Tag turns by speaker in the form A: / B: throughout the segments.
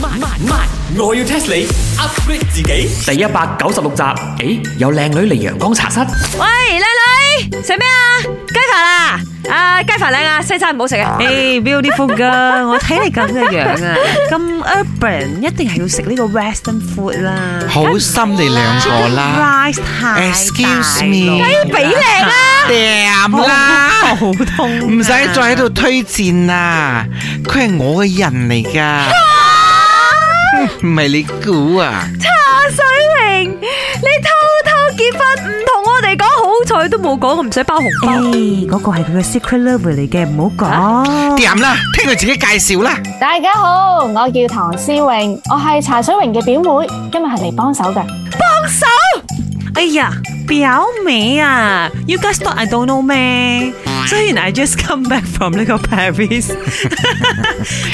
A: 慢慢慢，我要 test 你 upgrade 自己。第一百九十六集，誒有靚女嚟陽光茶室。
B: 喂，靚女，食咩啊？雞飯啊？啊，雞飯靚啊，西餐唔好食啊。
C: 誒 beautiful girl，我睇你咁嘅樣啊，咁 urban 一定係要食呢個 western food 啦。
D: 好心你兩個啦，
C: Rice 太
D: Excuse me
C: 雞
B: 俾靚啦，
D: 掂啦，
C: 好痛啊，
D: 唔使再喺度推薦啦，佢係我嘅人嚟噶， 唔係你估啊？
B: 茶水榮，你偷偷結婚唔同我哋講，好彩都冇講，唔使包紅包。
C: 誒，嗰個係佢嘅 secret lover 嚟嘅，唔好講。
D: 掂啦，聽佢自己介紹啦。
E: 大家好，我叫唐詩詠，我係茶水榮嘅表妹，今日係嚟幫手嘅。
C: 哎呀，表妹啊，You à. guys thought I don't know 咩？雖然 I just come back from 呢個 Paris，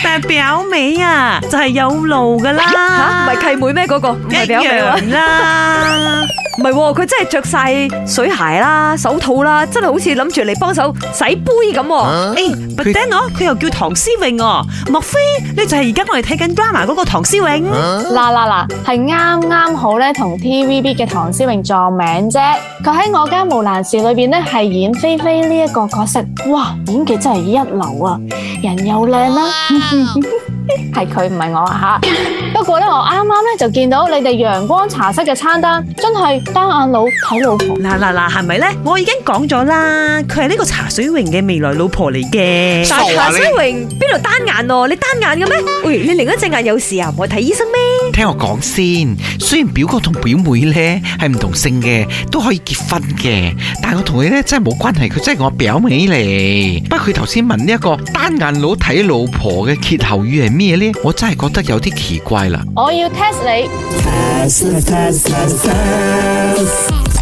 C: 但係表妹啊，就係有路噶
B: 吓，唔
C: 啦，
B: 係契妹咩？嗰個唔係表妹啊？
C: 一樣啦。
B: 唔係喎，佢真係着晒水鞋啦、手套啦，真係好似諗住嚟幫手洗杯咁喎。
C: 誒，but then 我嗯哦佢又叫唐詩詠哦，莫非你就係而家我哋睇緊 drama 嗰個唐詩詠？
E: 嗱嗱嗱，係啱啱好咧，同 TVB 嘅唐詩詠撞名啫。佢喺我家無難事裏邊咧，係演菲菲呢一個角色，哇，演技真係一流啊！人又靚啦， 係佢唔係我啊吓。不過咧，我啱啱咧就見到你哋陽光茶室嘅餐單，真係單眼佬睇老婆。
C: 嗱嗱嗱，係咪咧？我已經講咗啦，佢係呢個茶水詠嘅未來老婆嚟嘅。
D: 傻
B: 但係
D: 啊
B: 茶
D: 你
B: 水榮邊度單眼哦？你單眼嘅咩？喂，你另一隻眼有事啊？唔去睇醫生咩？
D: 聽我講先，雖然表哥同表妹咧係唔同性嘅，都可以結婚嘅，但係我同佢咧真係冇關係，佢真係我表妹嚟。不過佢頭先問呢一個單眼佬睇老婆嘅歇後語係咩呢？我真係覺得有啲奇怪啦。
E: 我要 test 你。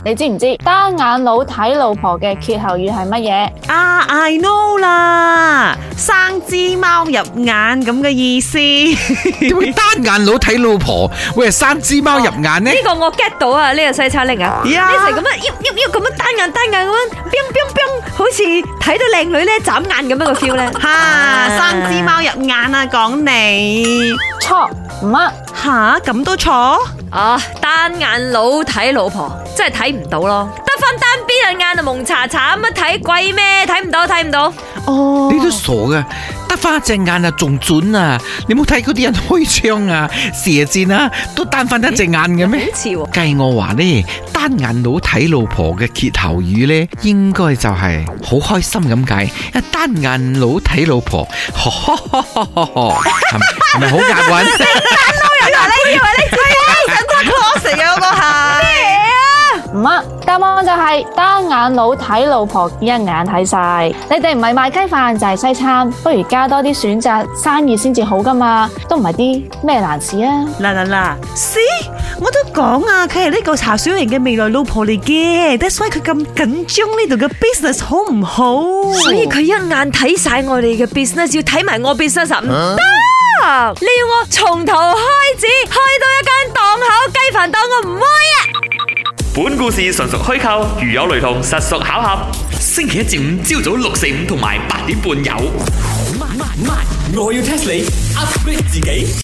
E: 你知唔知單眼佬睇老婆嘅歇後語係乜嘢？
C: 啊，I know 啦，生隻貓入眼咁嘅意 思。
D: 點會單眼佬睇老婆會係生隻貓入眼呢？
B: 呢個我 get 到啊！呢個西餐令啊，呢
C: 呀
B: 就係咁樣，喐喐喐咁樣單眼單眼咁樣，冰冰冰，好似睇到靚女咧眨眼咁樣嘅 feel 咧。
C: 吓，生隻貓入眼啊，講你
E: 錯唔啱？
C: 吓咁都錯？
B: 啊，單眼佬睇老婆，真係睇唔到咯，得翻單邊眼啊，蒙查查咁啊，睇鬼咩？睇唔到，睇唔到。
C: 哦
D: 你都傻噶，得翻一隻眼啊，仲準啊！你冇睇嗰啲人開槍啊、射箭啊，都單翻得一隻眼嘅咩？
B: 似喎，
D: 計我話呢，單眼佬睇老婆嘅歇後語呢，應該就係好開心咁解。一單眼佬睇老婆，呵呵呵呵呵呵係咪係咪好押韻？
B: 你以為你
E: 唔啱？答案就係單眼佬睇老婆一眼睇晒。你哋唔係賣雞飯就係西餐，不如加多啲選擇，生意先至好噶嘛，都唔係啲咩難事啊！
C: 嗱嗱嗱，see，我都講啊，佢係呢個茶水榮嘅未來老婆嚟嘅，that's why 佢咁緊張呢度嘅 business 好唔好？
B: 所以佢一眼睇晒我哋嘅 business，要睇埋我 business 啊唔得，你要我從頭開始，開到一間檔口雞飯檔，我唔威啊！
A: 本故事純屬虛構，如有雷同，實屬巧合。星期一至五朝早六四五同埋八點半有。我要 test 你 upgrade 自己。